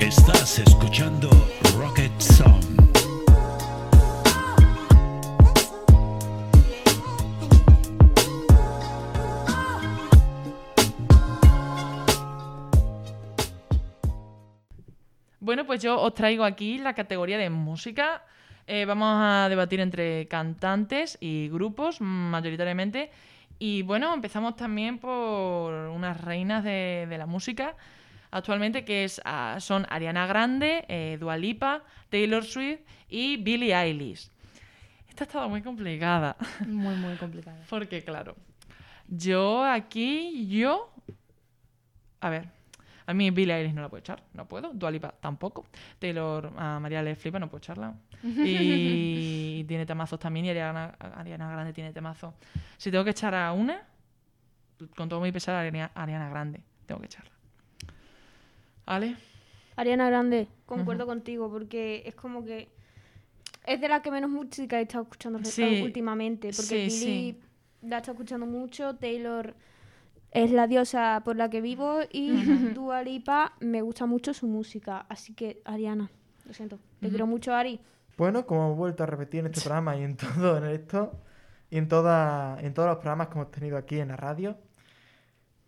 Estás escuchando Rocket Song. Bueno, pues yo os traigo aquí la categoría de música. Eh, vamos a debatir entre cantantes y grupos, mayoritariamente. Y bueno, empezamos también por unas reinas de, de la música actualmente, que es, ah, son Ariana Grande, eh, Dua Lipa, Taylor Swift y Billie Eilish. Esta ha estado muy complicada, Muy, muy complicado. porque claro, yo aquí, yo... A ver, a mí Billie Eilish no la puedo echar, no puedo. Dua Lipa tampoco. Taylor, a María le flipa, no puedo echarla. Y tiene temazos también, y Ariana, Ariana Grande tiene temazos. Si tengo que echar a una, con todo mi pesar, Ariana, Ariana Grande, tengo que echarla. ¿Vale? Ariana Grande, concuerdo contigo, porque es como que es de la que menos música he estado escuchando re- Sí. últimamente, Sí, porque Billie sí. la he estado escuchando mucho, Taylor es la diosa por la que vivo y Dua Lipa me gusta mucho su música, así que Ariana, lo siento, te quiero mucho Ari. Bueno, como hemos vuelto a repetir en este programa y en todo en esto, y en, toda, en todos los programas que hemos tenido aquí en la radio,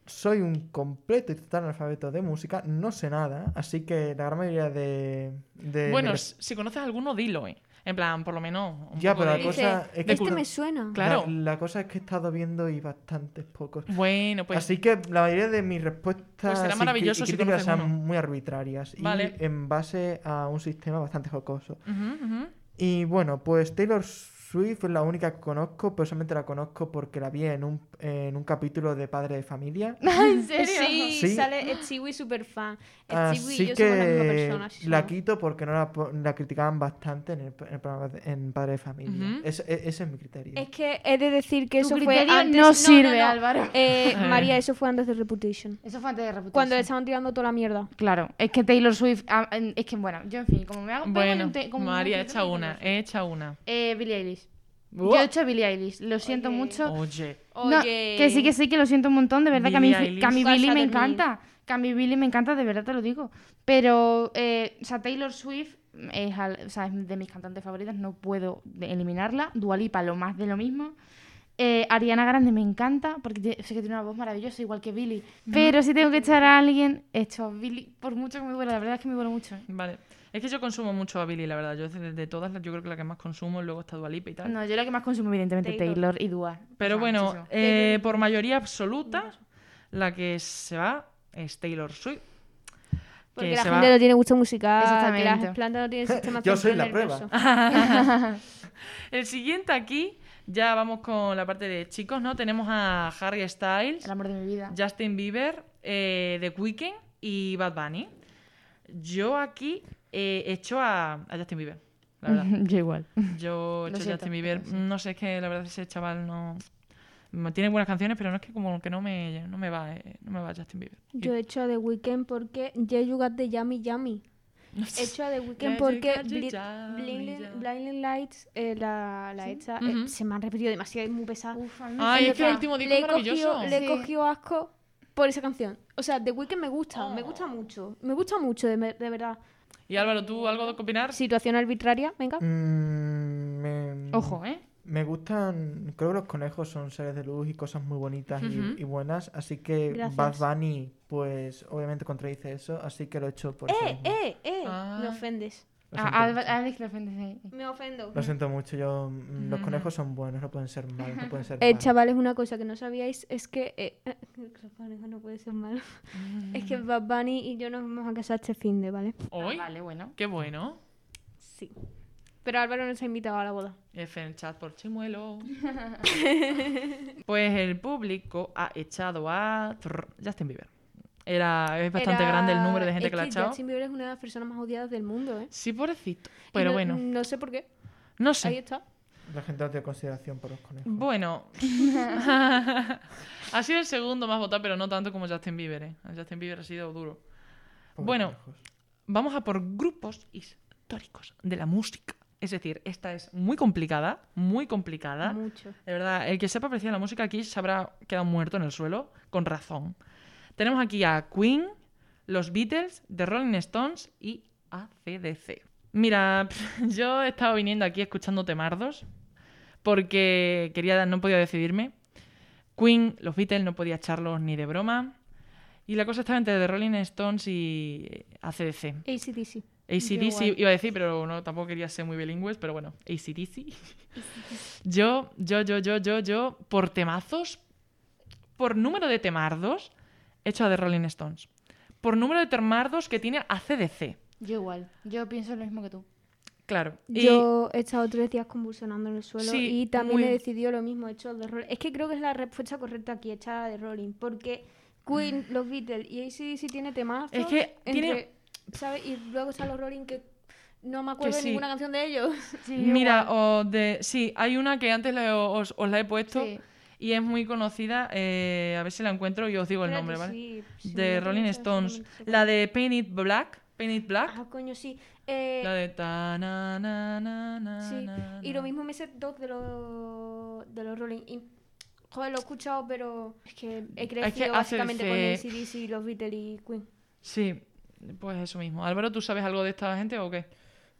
soy un completo y total analfabeto de música, no sé nada, así que la gran mayoría de... de Bueno, mi- s- si conoces alguno, dilo, ¿eh? En plan, por lo menos. un Ya, poco pero la de- cosa- Dice, es que- este me suena. Claro. La, la cosa es que he estado viendo y bastantes pocos. Bueno, pues. Así que la mayoría de mis respuestas Pues será y cri- maravilloso y si críticas conoces sean uno. muy arbitrarias Vale. y en base a un sistema bastante jocoso. Ujú, ujú. Y bueno, pues Taylor Swift es la única que conozco, pero solamente la conozco porque la vi en un, en un capítulo de Padre de Familia. ¿En Sí, Sí. sale Stewie super fan. Stewie y Así yo somos la misma que persona. sí, la somos. quito porque no la, po- la criticaban bastante en, el, en el programa de- en Padre de Familia. Ujú. Es- e- ese es mi criterio. Es que he de decir que Tu eso fue criterio antes... no sirve, Álvaro. Eh, A ver. María, eso fue antes de Reputation. Eso fue antes de Reputation. Cuando le estaban tirando toda la mierda. Claro, es que Taylor Swift... ah, en- es que, bueno, yo en fin, como me hago... pego en Bueno, un te- pues como María, un- echa una, echa una. Eh, Billie Eilish. Yo he hecho Billie Eilish, lo siento mucho. Oye. No, que sí, que sí, que lo siento un montón, de verdad, que a mí, Billie Eilish. que a mí Vas Billie a me dormir. encanta. Que a mí Billie me encanta, de verdad te lo digo. Pero, eh, o sea, Taylor Swift es, al- o sea, es de mis cantantes favoritas, no puedo de- eliminarla. Dualipa, lo más de lo mismo. Eh, Ariana Grande me encanta, porque tie- sé que tiene una voz maravillosa, igual que Billie. Pero si tengo que echar a alguien, echo a Billie, por mucho que me duela, la verdad es que me duele mucho. ¿eh? Vale. Es que yo consumo mucho a Billy, la verdad. Yo de, de todas, las- yo creo que la que más consumo, luego está Dualipa y tal. No, yo la que más consumo, evidentemente, Taylor. Taylor, y Dua. Pero O sea, bueno, muchísimo. eh, por mayoría absoluta, la que se va es Taylor Swift. Porque que la se gente va- no tiene gusto musical. Que Exactamente. las plantas no tienen sistema Yo soy central la nervioso. El siguiente aquí, ya vamos con la parte de chicos, ¿no? Tenemos a Harry Styles, El amor de mi vida. Justin Bieber, eh, The Weeknd y Bad Bunny. Yo aquí eh, echo a, a Justin Bieber, la verdad. yo igual. Yo he Lo hecho siento, Justin Bieber. pero sí. No sé, es que la verdad ese chaval no. mm, Tiene buenas canciones, pero no es que como que no me, no me va, eh, no me va Justin Bieber. Yo he hecho a The Weeknd porque ya you got the yummy yummy. He hecho a The Weeknd porque Ya you got the Bli- yummy Blinding, yummy. Blinding Lights, eh, la, la hecha, eh, Ujú. se me han repetido demasiado y muy pesada. Ay, es que el Entonces, último disco le es maravilloso. cogió- le Sí. cogió asco por esa canción. O sea, The Weeknd me gusta, me Oh. gusta mucho. Me gusta mucho, de, de verdad. Y Álvaro, ¿tú algo que opinar? Situación arbitraria, venga. Mm, me- Ojo, ¿eh? Me gustan, creo que los conejos son seres de luz y cosas muy bonitas y- Ujú. y, buenas, así que Gracias. Bad Bunny, pues obviamente contradice eso, así que lo he hecho por... eso ¡Eh, mismo. eh, eh! Ah. Me ofendes. Lo siento A, a- mucho. a Alex le ofende, sí. Me ofendo. Lo siento mucho, yo mm, los Ujú. conejos son buenos, no pueden ser malos, no pueden ser Eh, malos. chavales, una cosa que no sabíais es que. eh, los conejos no puede ser malo. es que Bad Bunny y yo nos vamos a casar este fin de, ¿vale? Hoy. Ah, vale, bueno. Qué bueno. Sí. Pero Álvaro nos ha invitado a la boda. F en el chat por chimuelo. pues el público ha echado a trrr, Justin Bieber. Era, es bastante Era- grande el número de gente es que la ha echado. Justin Bieber es una de las personas más odiadas del mundo, ¿eh? Sí, pobrecito. Y Pero no- mm, bueno, No sé por qué. no Ahí sé. está. La gente no tiene consideración por los conejos. Bueno, ha sido el segundo más votado, pero no tanto como Justin Bieber. ¿eh? Justin Bieber ha sido duro. Pobres bueno. conejos. Vamos a por grupos históricos de la música. Es decir, esta es muy complicada, muy complicada. Mucho. De verdad, el que sepa apreciar la música aquí se habrá quedado muerto en el suelo, con razón. Tenemos aquí a Queen, los Beatles, The Rolling Stones y ACDC. Mira, yo he estado viniendo aquí escuchando temardos porque quería, no podía decidirme. Queen, los Beatles, no podía echarlos ni de broma. Y la cosa estaba entre The Rolling Stones y ACDC. ACDC. ACDC guay. iba a decir, pero no, tampoco quería ser muy bilingües, pero bueno, ACDC. yo, yo, yo, yo, yo, yo, por temazos, por número de temardos, he hecho a The Rolling Stones. Por número de temardos que tiene ACDC. Yo igual. Yo pienso lo mismo que tú. Claro. Y Yo he estado tres días convulsionando en el suelo Sí, y también muy- he decidido lo mismo, he hecho de Rolling. Es que creo que es la respuesta correcta aquí, echada de Rolling, porque Queen, los Beatles y ACDC tiene temas. Es que tiene- ¿sabes? Y luego están los Rolling que no me acuerdo de sí. ninguna canción de ellos. Mira, o de, sí, hay una que antes le- os, os la he puesto Sí. y es muy conocida. eh, a ver si la encuentro y os digo el Espérate, nombre, ¿vale? sí, sí, de no tengo Rolling esa Stones. información. La de Paint It Black. Paint It Black. Ah, coño, sí. Eh, La de ta na na na na sí. na, Y na. lo mismo me sé dos de los, de los Rolling. Y, joder, lo he escuchado, pero es que he crecido básicamente con AC/DC. ACDC, los Beatles y Queen. Sí, pues eso mismo. Álvaro, ¿tú sabes algo de esta gente o qué?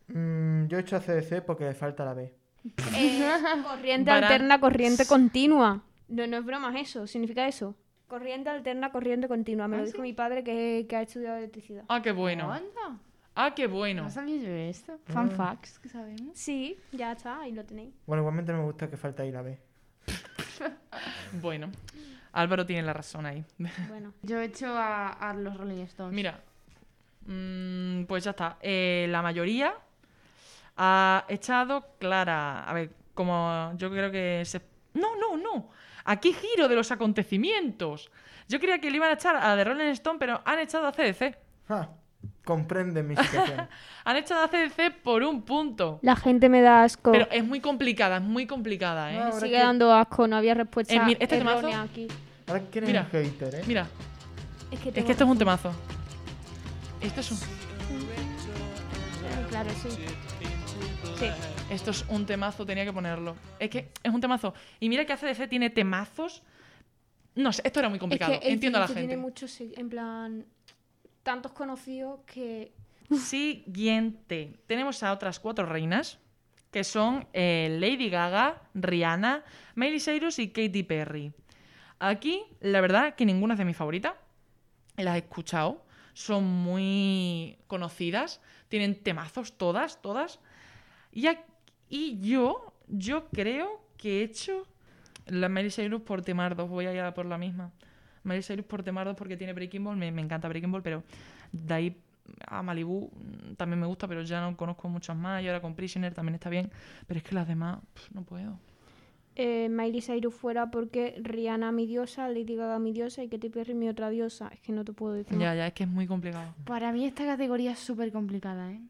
Mm, yo he hecho ACDC porque le falta la B. Eh, corriente Baran- alterna, corriente continua. No, no es broma eso, significa eso. Corriente alterna, corriente continua. Me lo dijo mi padre que, que ha estudiado electricidad. Ah, qué bueno. Anda, Ah, qué No bueno. Mm. sabía yo esto. Fan facts que sabemos. Sí, ya está, ahí lo tenéis. Bueno, igualmente no me gusta que falta ahí la B. Bueno. Álvaro tiene la razón ahí. Bueno, Yo he hecho a, a los Rolling Stones. Mira, mm, pues ya está. Eh, la mayoría ha echado Clara. A ver, como yo creo que se... No, no, no. Aquí giro de los acontecimientos. Yo creía que le iban a echar a The Rolling Stone, pero han echado a CDC. Ja, comprende mi situación. Han echado a CDC por un punto. la gente me da asco. Pero es muy complicada, es muy complicada, ¿eh? No, ahora Sigue que- dando asco, no había respuesta Eh, mira, este temazo- errónea aquí. Ahora que eres Mira. un hater, ¿eh? Mira, Es que, es que esto es un temazo. Esto es un, Claro, sí. Sí. esto es un temazo, tenía que ponerlo. Es que es un temazo. Y mira que ACDC tiene temazos. No sé, esto era muy complicado. Es que Entiendo a la ACDC gente. Tiene muchos, sí, en plan, tantos conocidos que Siguiente. Tenemos a otras cuatro reinas, que son eh, Lady Gaga, Rihanna, Miley Cyrus y Katy Perry. Aquí, la verdad, que ninguna es de mis favoritas. Las he escuchado. Son muy conocidas. Tienen temazos todas, todas. Y, ac- y yo, yo creo que he hecho la Miley Cyrus por Temardos. Voy a ir a por la misma. Miley Cyrus por Temardos porque tiene Breaking Ball. Me, me encanta Breaking Ball, pero de ahí a Malibu mm, también me gusta, pero ya no conozco muchas más. Y ahora con Prisoner también está bien. Pero es que las demás, pf, no puedo. eh, Miley Cyrus fuera porque Rihanna mi diosa, Lady Gaga mi diosa y Katy Perry mi otra diosa. Es que no te puedo decir. Ya, más. ya, es que es muy complicado. Para mí esta categoría es súper complicada, ¿eh?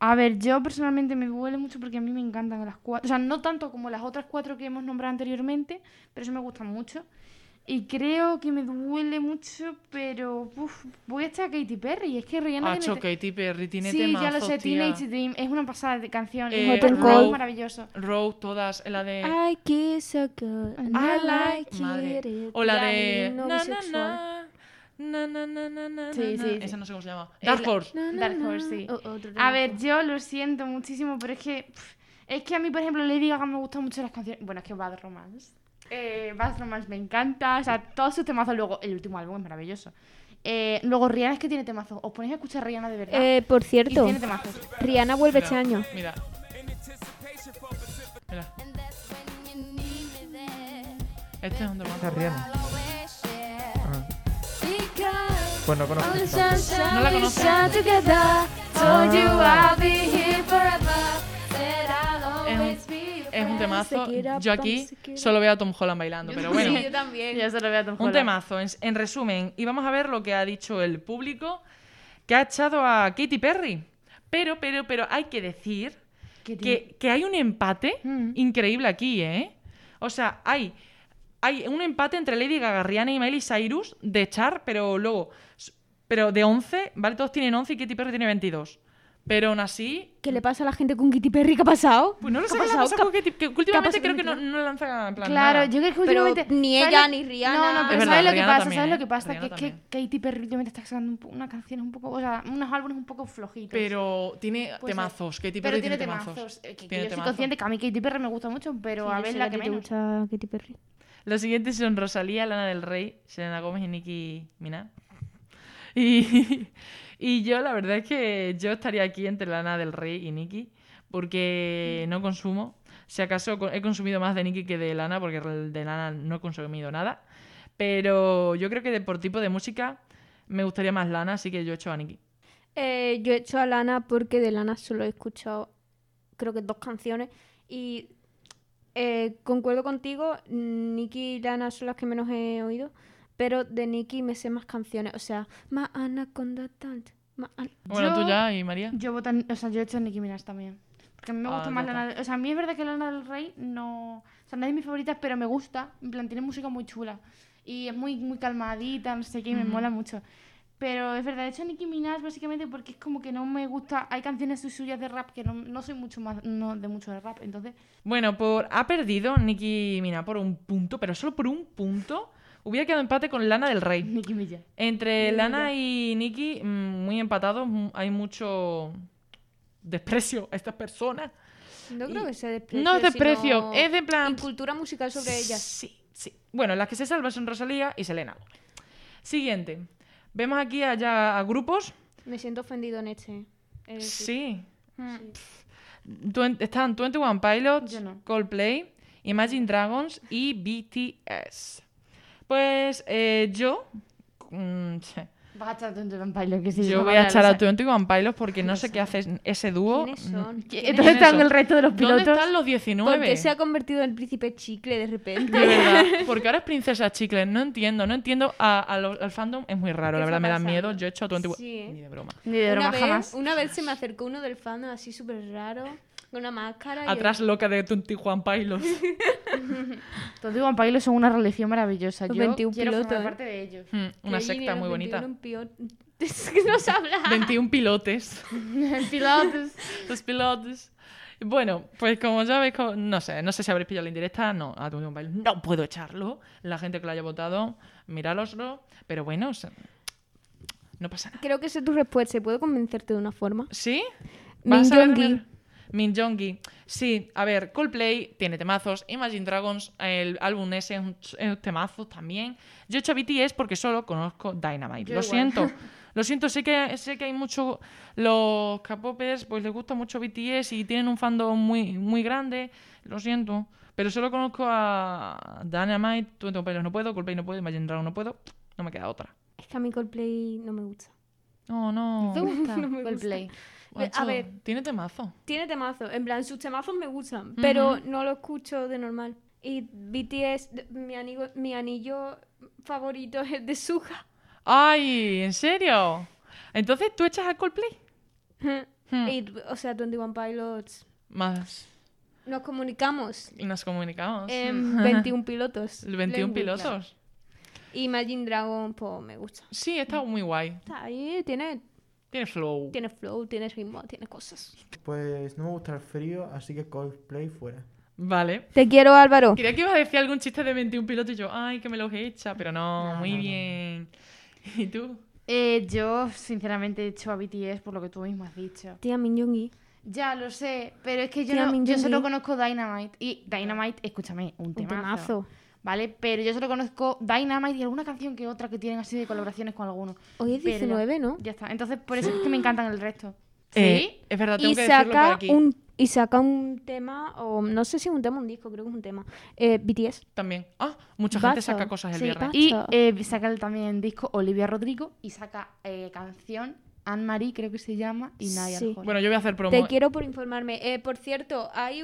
A ver, yo personalmente me duele mucho porque a mí me encantan las cuatro. O sea, no tanto como las otras cuatro que hemos nombrado anteriormente, pero eso me gustan mucho. Y creo que me duele mucho, pero uf, voy a echar a Katy Perry. Es que Rihanna Hacho, tiene... te- Katy Perry tiene sí, ya lo temazos, sé, tía. Teenage Dream. Es una pasada de canción. Eh, es un Hot and rock Cold. maravilloso. Rogue, todas, eh, la de... Ah, I kiss a girl and I like Ah, Madre. it. O la Ya, de... no na, na, bisexual. na, na, na, na, na, na, Sí, na. sí, sí. Esa no sé cómo se llama. Eh, Dark la- Horse. Na, na, Dark Horse, na. sí. O- otro A temazo. ver, yo lo siento muchísimo, pero es que. pf, es que a mí, por ejemplo, Lady Gaga me gustan mucho las canciones. Bueno, es que Bad Romance. Eh, Bad Romance me encanta. O sea, todos sus temazos. Luego, el último álbum es maravilloso. Eh, luego, Rihanna es que tiene temazos. Os ponéis a escuchar a Rihanna de verdad. Ah. Eh, por y cierto, tiene temazos. Rihanna vuelve Mira, este año. Mira. Mira, And that's when you need me there. este es un Esta es temazo. Rihanna. Always share. Ah, Because Pues no conozco. all the esta. sunshine No la we conoce. shine together. Told you Ah. I'll be here forever. Said I'll Es un- always be Es un temazo. Shakira, Yo aquí Shakira. solo veo a Tom Holland bailando, pero bueno. también. Ya se lo voy a Tom Un Holland. temazo, en, en resumen. Y vamos a ver lo que ha dicho el público que ha echado a Katy Perry. Pero, pero, pero hay que decir Que tiene- que, que hay un empate Mm. increíble aquí, ¿eh? O sea, hay, hay un empate entre Lady Gaga, Rihanna y Miley Cyrus de echar, pero luego, pero de 11, ¿vale? Todos tienen 11 y Katy Perry tiene 22. Pero aún así, ¿Qué le pasa a la gente con Kitty Perry? ¿Qué ha pasado? pues no lo sé ¿Qué qué ha le ha pasado? pasado, ¿Qué que, que últimamente pasado? creo que no, no lanza en plan Claro, nada. yo creo que Pero últimamente. ni ¿sabes ella lo- ni Rihanna. No, no, Es pero verdad, ¿sabes lo que Rihanna pasa? también, ¿Sabes lo ¿eh? que pasa? Que Rihanna es que Katy Perry últimamente está sacando un po- unas canciones un poco. O sea, unos álbumes un poco flojitos. Pero tiene Pues, temazos. Katy Pero Perry tiene tiene temazos. temazos. eh, que- que Tiene yo soy temazos. consciente que a mí Katy Perry me gusta mucho, pero a ver la que menos. gusta Katy Perry. Los siguientes son Rosalía, Lana del Rey, Selena Gómez y Nicki Minaj. Y, y yo, la verdad es que yo estaría aquí entre Lana del Rey y Nicki, Mm. porque no consumo. Si acaso co- he consumido más de Nicki que de Lana, porque re- de Lana no he consumido nada. Pero yo creo que de- por tipo de música me gustaría más Lana, así que yo he hecho a Nicki. Eh, yo he hecho a Lana porque de Lana solo he escuchado creo que dos canciones y eh, concuerdo contigo, Nicki y Lana son las que menos he oído, pero de Nicki me sé más canciones, o sea, más Anaconda Tant, más An- Bueno, Yo- tú ya y María. Yo votan, o sea, yo he hecho Nicki Minaj también. Porque a mí me Ah, gusta más nota. Lana del O sea, a mí es verdad que Lana del Rey no. O sea, no es de mis favoritas, pero me gusta. En plan, tiene música muy chula. Y es muy, muy calmadita, no sé qué, y me Ujú. mola mucho. Pero es verdad, he hecho Nicki Minaj básicamente porque es como que no me gusta. Hay canciones su- suyas de rap que no, no soy mucho más no, de mucho de rap, entonces. Bueno, por, ha perdido Nicki Minaj por un punto, pero solo por un punto. Hubiera quedado empate con Lana del Rey. Nicki Minaj. Entre Mira. Lana y Nikki, mm, muy empatados, mm, hay mucho desprecio a estas personas. No creo Y- que sea desprecio. No es desprecio, sino es de plan. Cultura musical sobre ellas. Sí, sí. Bueno, las que se salvan son Rosalía y Selena. Gómez. Siguiente. Vemos aquí allá a grupos. Me siento ofendido en este. es decir, Sí. sí. Twen- están 21 Pilots, Yo no. Coldplay, Imagine Dragons y BTS. Pues eh, yo. mm, Vas a echar tonto en baile, que si yo voy a echar a 21 Pilots porque no sé qué hace ese dúo. ¿Quiénes son? ¿Quiénes Entonces están son? el resto de los ¿Dónde pilotos. están los ¿Por 19? qué se ha convertido en príncipe chicle de repente? De verdad, porque ahora es princesa chicle, no entiendo, no entiendo a, a lo- al fandom, es muy raro, ¿Qué la verdad me está da pasando? miedo, yo he hecho 21 Sí, ¿eh? ni de broma. Ni de broma una, vez, jamás. una vez se me acercó uno del fandom así súper raro, con una máscara. y Atrás loca de 21 Pilots. Entonces, One Pilot son una religión maravillosa. Los Yo 21 quiero formar pilotos, ¿eh? parte de ellos. Mm, yo- Una Reggie secta de muy los bonita. 21 pio- es que no se habla. 21 pilotes. pilotos. Los pilotes. Bueno, pues como ya veis, como- no sé, no sé si habréis pillado la indirecta, no, a 21 Pilots no puedo echarlo. La gente que lo haya votado, mirároslo, pero bueno, o sea, no pasa nada. Creo que esa es tu respuesta. ¿Puedo convencerte de una forma? ¿Sí? Min ¿Vas a ver- Jong-gi. Min Jong-gi. Sí, a ver, Coldplay tiene temazos, Imagine Dragons, el álbum ese es un ch- es un temazo también. Yo he hecho BTS porque solo conozco Dynamite. Yo Lo igual. siento. Lo siento, sé que, sé que hay mucho. Los K-popers, pues les gusta mucho BTS y tienen un fandom muy, muy grande. Lo siento. Pero solo conozco a Dynamite, 21 Pilots no puedo, Coldplay no puedo, Imagine Dragons no puedo. No me queda otra. Es que a mí Coldplay no me gusta. No, no. ¿Te gusta No me Coldplay? macho, ver. Tiene temazo. Tiene temazos. En plan, sus temazos me gustan, pero no lo escucho de normal. Y BTS, de- mi, anigo- mi anillo favorito es el de Suga. Ay, ¿en serio? Entonces tú echas a Coldplay. Hmm. Y, o sea, 21 Pilots. Más Nos comunicamos. nos comunicamos. Em, 21 pilotos. 21 Lengua, claro. pilotos. Y Imagine Dragon, pues me gusta. Sí, está muy guay. Está ahí, tiene, Tiene flow. tiene flow, tiene ritmo, tiene cosas. Pues no me gusta el frío, así que Coldplay fuera. Vale. Te quiero, Álvaro. Quería que ibas a decir algún chiste de 21 pilotos y yo, ay, que me los he hecha, pero no, No, muy no, no. bien. ¿Y tú? Eh, yo, sinceramente, he hecho a BTS por lo que tú mismo has dicho. Tía Min Yoongi. Ya, lo sé, pero es que yo, Tía, no, Min yo solo Yoongi. conozco Dynamite. Y Dynamite, escúchame, un Un temazo, temazo. ¿Vale? Pero yo solo conozco Dynamite y alguna canción que otra que tienen así de colaboraciones con alguno. Hoy es Pero- 19, ¿no? Ya está. Entonces, por eso es que me encantan el resto. ¿Sí? Eh, es verdad, tengo Y que decirlo por saca, aquí. un, y saca un tema, o no sé si es un tema o un disco, creo que es un tema. Eh, BTS. También. Ah, mucha Bacha. gente saca cosas el Sí, viernes. ba- Y Macho. eh, saca el- también en disco Olivia Rodrigo y saca eh, canción Anne-Marie, creo que se llama, y Nadia Sí. Bueno, yo voy a hacer promo. Te quiero por informarme. Eh, por cierto, hay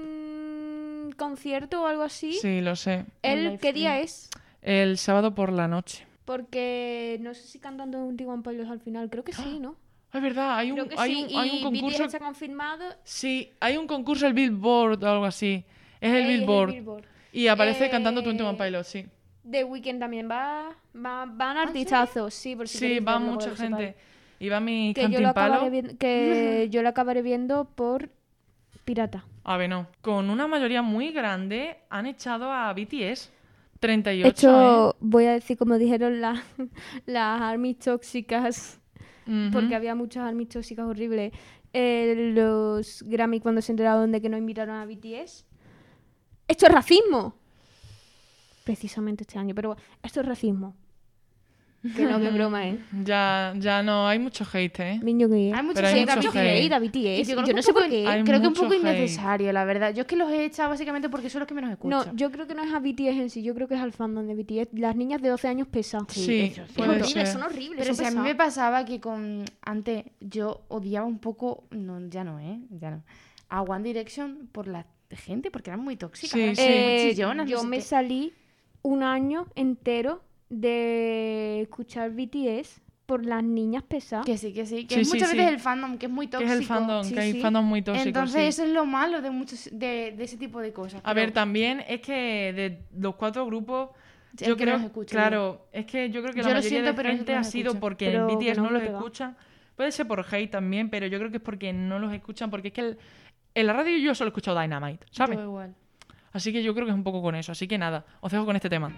un concierto o algo así. Sí, lo sé. ¿El qué día es? El sábado por la noche. Porque no sé si cantando un One Pilots al final, creo que sí, ¿no? Es verdad, hay Creo un, que hay sí, un, hay un y concurso BTS ha confirmado. Sí, hay un concurso, el Billboard o algo así. Es el, Ey, es Billboard. Y aparece Eh, cantando 21 Pilot, sí. The Weeknd también va, va- van artistazos, sí, por ¿Ah, si Sí, queréis va verlo, para mucha que lo sepáis. gente. Iba a mi Que yo, lo cantin acabaré palo. viendo, que yo lo acabaré viendo por pirata. A ver, no. Con una mayoría muy grande han echado a BTS. 38, De hecho, ¿eh? voy a decir como dijeron las las armies tóxicas, Ujú. porque había muchas armies tóxicas horribles. eh, los Grammy cuando se enteraron de que no invitaron a BTS. Esto es racismo. Precisamente este año, pero bueno, esto es racismo. Que no, que broma, ¿eh? Ya, ya no, hay mucho hate, ¿eh? Niño que Hay mucho Pero hay hate a mucho BTS. hate. a BTS. Y Yo, creo no un sé poco por in- qué. Hay Creo que un mucho poco hate. innecesario, la verdad. Yo es que los he echado básicamente porque son los que menos escucho. No, yo creo que no es a BTS en sí, yo creo que es al fandom de BTS. Las niñas de 12 años pesan. Sí, eso sí. Son puede horribles, ser. son horribles. Pero son si a mí me pesadas. pasaba que con... Antes yo odiaba un poco... No, ya no, ¿eh? Ya no. A One Direction por la gente, porque eran muy tóxicas. Sí, eran sí. muy Eh, chillonas, no yo sé me qué. salí un año entero de escuchar BTS por las niñas pesadas. Que sí, que sí. Que Sí, es sí, muchas sí. veces el fandom, que es muy Que tóxico. es el fandom, Sí, que hay sí. fandom muy tóxico. Entonces sí. eso es lo malo de, muchos, de, de ese tipo de cosas. A ver, pero también es que de los cuatro grupos, el yo que creo, nos escucha, claro, es que yo creo que la Yo lo mayoría siento, de pero es el que gente nos ha sido escucha. porque Pero en que BTS no no lo los pega. escuchan. Puede ser por hate también, pero yo creo que es porque no los escuchan, porque es que el- en la radio yo solo he escuchado Dynamite, yo ¿sabes? igual. Así que yo creo que es un poco con eso. Así que nada, os dejo con este tema.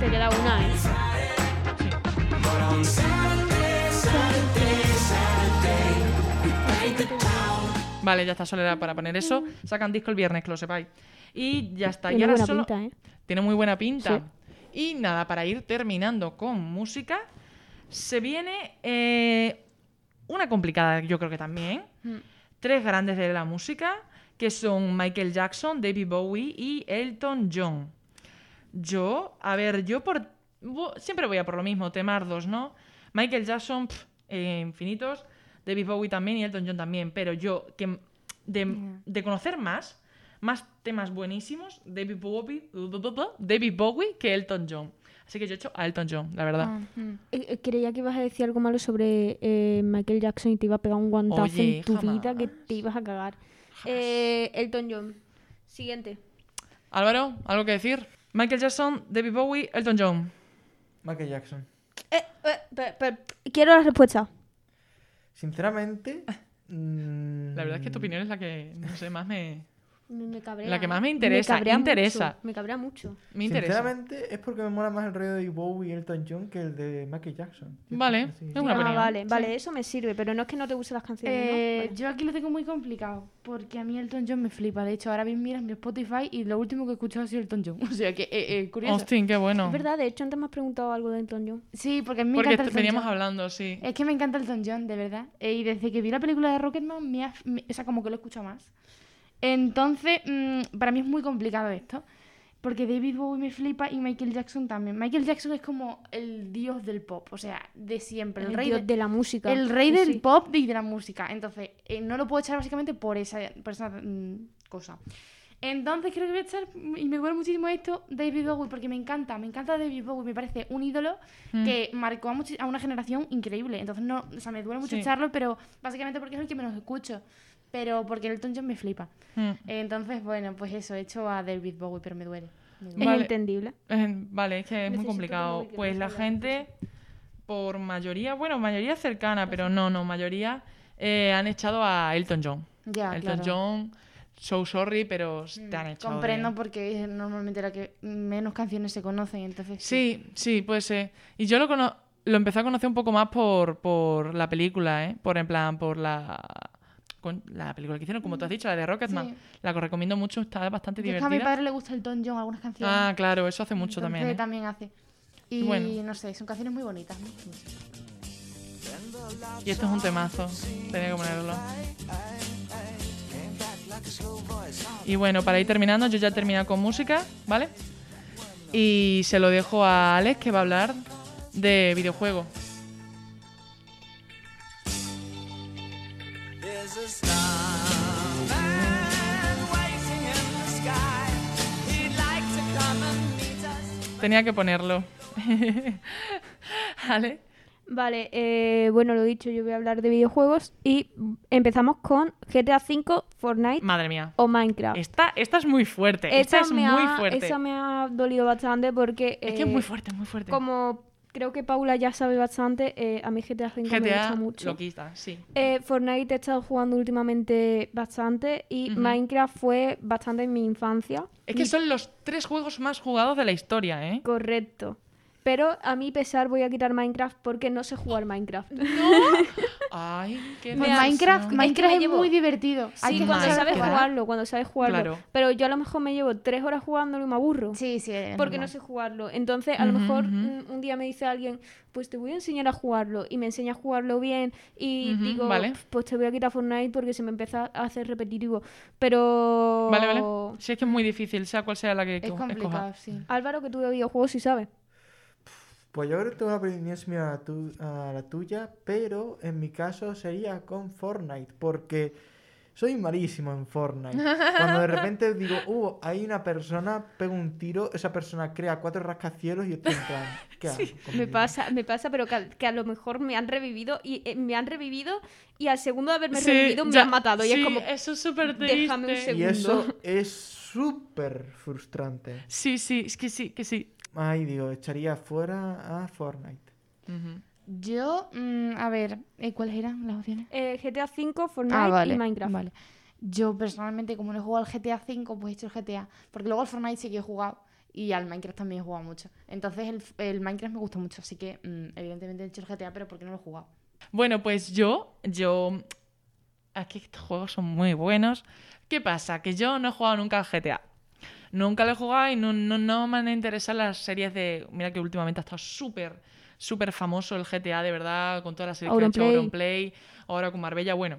Te queda una, ¿eh? Vale, ya está Soledad para poner eso. Sacan disco el viernes, que lo sepáis. Y ya está. y Tiene ahora buena solo... pinta, ¿eh? Tiene muy buena pinta. Y nada, para ir terminando con música, se viene eh, una complicada, yo creo que también. Tres grandes de la música, que son Michael Jackson, David Bowie y Elton John. Yo, a ver, yo por... bu- Siempre voy a por lo mismo, temardos, ¿no? Michael Jackson, pf, eh, infinitos. David Bowie también y Elton John también. Pero yo, que m- de, de conocer más, más temas buenísimos, David Bowie, David Bowie que Elton John. Así que yo he hecho a Elton John, la verdad. Ah. Eh, eh, Creía que ibas a decir algo malo sobre eh, Michael Jackson y te iba a pegar un guantazo Oye, en tu vida jamás. que te ibas a cagar. Eh, Elton John. Siguiente. Álvaro, ¿algo que decir? Michael Jackson, David Bowie, Elton John. Michael Jackson. Eh, eh, pe- pe- quiero la respuesta. Sinceramente. mm, La verdad es que tu opinión es la que, no sé, más me, Me, me cabrea. La que ¿eh? más me interesa, cabrea interesa. mucho, me cabrea mucho. me interesa. Sinceramente, es porque me mola más el rollo de Bowie y Elton John que el de Michael Jackson. Vale, Así. es una Ah, opinión. vale, vale, eso me sirve, pero no es que no te gusten las canciones, ¿no? Eh, Vale. Yo aquí lo tengo muy complicado, porque a mí Elton John me flipa. De hecho, ahora bien miras mi Spotify y lo último que he escuchado ha sido Elton John. O sea que, eh, eh, curioso. Austin, qué bueno. Es verdad, de hecho antes me has preguntado algo de Elton John. Sí, porque a mí me Porque encanta est- Elton veníamos John. hablando, sí. Es que me encanta Elton John, de verdad. Eh, y desde que vi la película de Rocketman, me ha- me- o sea, como que lo escucho más. Entonces, mm, para mí es muy complicado esto. Porque David Bowie me flipa y Michael Jackson también. Michael Jackson es como el dios del pop, o sea, de siempre, el, El rey dios de- de la música. El rey Sí, del sí. pop y de la música. Entonces, eh, no lo puedo echar básicamente por esa, por esa mm, cosa. Entonces, creo que voy a echar, y me duele muchísimo esto, David Bowie, porque me encanta, me encanta David Bowie, me parece un ídolo Mm, Mm. que marcó a, muchi- a una generación increíble. Entonces, no, o sea, me duele mucho Sí. echarlo, pero básicamente porque es el que menos escucho. Pero porque Elton John me flipa. Mm. Entonces, bueno, pues eso, he hecho a David Bowie, pero me duele. Me duele. Es Vale. entendible. Eh, Vale, es que es muy Necesito tu complicado. móvil, que Pues no la sé hablar de gente, por mayoría, bueno, mayoría cercana, pero no, no, mayoría eh, han echado a Elton John. Ya, Elton claro. Mm, John, so sorry, pero te han echado. de- Comprendo porque es normalmente la que menos canciones se conocen, entonces... Sí, sí, puede ser. Y yo lo cono- lo empecé a conocer un poco más por, por la película, ¿eh? Por en plan, por la con- la película que hicieron, como tú has dicho, la de Rocketman. Sí. La que recomiendo mucho, está bastante Yo es que a mi divertida. padre le gusta el Tom John algunas canciones. Ah, claro, eso hace mucho Entonces, también. ¿eh? hace. Y Bueno. no sé, son canciones muy bonitas. ¿no? Y esto es un temazo, tenía que ponerlo. Y bueno, para ir terminando, yo ya he terminado con música, ¿vale? Y se lo dejo a Alex que va a hablar de videojuegos. Tenía que ponerlo. ¿Vale? Vale, eh, bueno, lo dicho, yo voy a hablar de videojuegos y empezamos con GTA V, Fortnite Madre mía. o Minecraft. Esta, esta es muy fuerte. Esta, Esa Este, es me muy ha- fuerte. esa me ha dolido bastante porque... Es que eh, es muy fuerte, muy fuerte. Como creo que Paula ya sabe bastante. eh, a mí GTA V me gusta GTA mucho. loquista, sí. Eh, Fortnite he estado jugando últimamente bastante y Ujú. Minecraft fue bastante en mi infancia. Es que Mi- son los tres juegos más jugados de la historia, ¿eh? Correcto. Pero a mi pesar voy a quitar Minecraft porque no sé jugar Minecraft. Ay, qué Pues necesidad. Minecraft, me Minecraft es llevo- muy divertido. Sí, que cuando saber sabes jugar. jugarlo, cuando sabes jugarlo. Claro. Pero yo a lo mejor me llevo tres horas jugándolo y me aburro. Sí, sí. es Porque no normal. sé jugarlo. Entonces, a lo Ujú, mejor ujú. mm, un día me dice alguien, pues te voy a enseñar a jugarlo. Y me enseña a jugarlo bien. Y Ujú, digo, vale. pues te voy a quitar Fortnite porque se me empieza a hacer repetitivo. Pero. Vale, vale. Si es que es muy difícil, sea cual sea la que Es co- complicado, escoja. sí. Álvaro, que tú de videojuegos sí sabes. Pues yo creo que tengo una opinión similar a, la tu- a la tuya, pero en mi caso sería con Fortnite, porque soy malísimo en Fortnite. Cuando de repente digo, uh, hay una persona, pego un tiro, esa persona crea cuatro rascacielos y yo estoy en plan, ¿qué hago? con mi Me vida? pasa, me pasa, pero que, a- que a lo mejor me han revivido y eh, me han revivido y al segundo de haberme Sí, revivido me ya- han matado. Y sí, eh. es como, eso es súper déjame un triste. Y eso segundo. es súper frustrante. Sí, sí, es que sí, que sí. Ay, digo, echaría fuera a Fortnite. Ujú. Yo, mm, a ver, eh, ¿cuáles eran las opciones? Ah, eh, GTA Ah, V, Fortnite y Minecraft. vale. Yo personalmente, como no he jugado al GTA V, pues he hecho el GTA. Porque luego al Fortnite sí que he jugado y al Minecraft también he jugado mucho. Entonces el, el Minecraft me gusta mucho, así que mm, evidentemente he hecho el GTA, pero porque no lo he jugado. Bueno, pues yo, yo... Aquí estos juegos son muy buenos. ¿Qué pasa? Que yo no he jugado nunca al GTA. Nunca lo he jugado y no, no, no me han interesado las series de... Mira que últimamente ha estado súper, súper famoso el GTA, de verdad, con todas las series que ha Auronplay. hecho Auronplay, ahora con Marbella, bueno.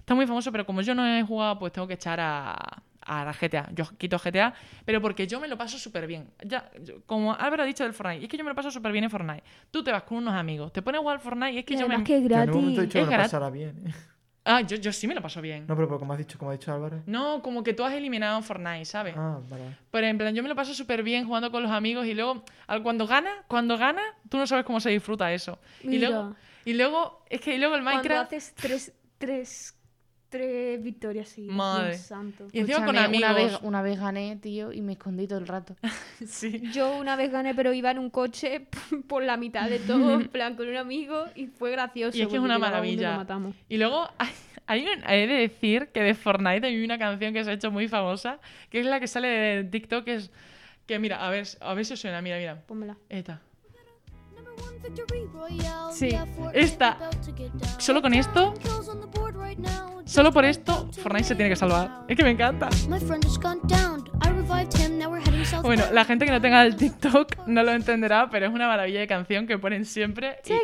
Está muy famoso, pero como yo no he jugado, pues tengo que echar a, a la GTA. Yo quito GTA, pero porque yo me lo paso súper bien. Ya, yo- como Álvaro ha dicho del Fortnite, es que yo me lo paso súper bien en Fortnite. Tú te vas con unos amigos, te pones a jugar al Fortnite y es que Y yo además me... que es Yo en un gratis. momento he dicho Es que lo gratis. pasara bien. ¿eh? Ah, yo, yo sí me lo paso bien. No, pero como has dicho, como ha dicho Álvaro. No, como que tú has eliminado Fortnite, ¿sabes? Ah, vale. Pero en plan, yo me lo paso súper bien jugando con los amigos y luego, al- cuando gana, cuando gana, tú no sabes cómo se disfruta eso. Y Mira. luego, y luego, es que y luego el Cuando Minecraft... haces tres, tres, tres victorias seguidas. Madre. Dios santo. Y encima con Escúchame, amigos. una vez, una vez gané, tío, y me escondí todo el rato. Sí. Yo una vez gané, pero iba en un coche por la mitad de todo, en plan con un amigo, y fue gracioso. Y es que es porque una llegaba uno y lo maravilla. matamos. Y luego hay, hay un- he de decir que de Fortnite hay una canción que se ha hecho muy famosa, que es la que sale de TikTok, que es que mira, a ver, a ver si os suena, mira, mira. Pónmela. Esta. Sí, esta. Solo con esto, solo por esto, Fortnite se tiene que salvar. Es que me encanta. Bueno, la gente que no tenga el TikTok no lo entenderá, pero es una maravilla de canción que ponen siempre. y- y-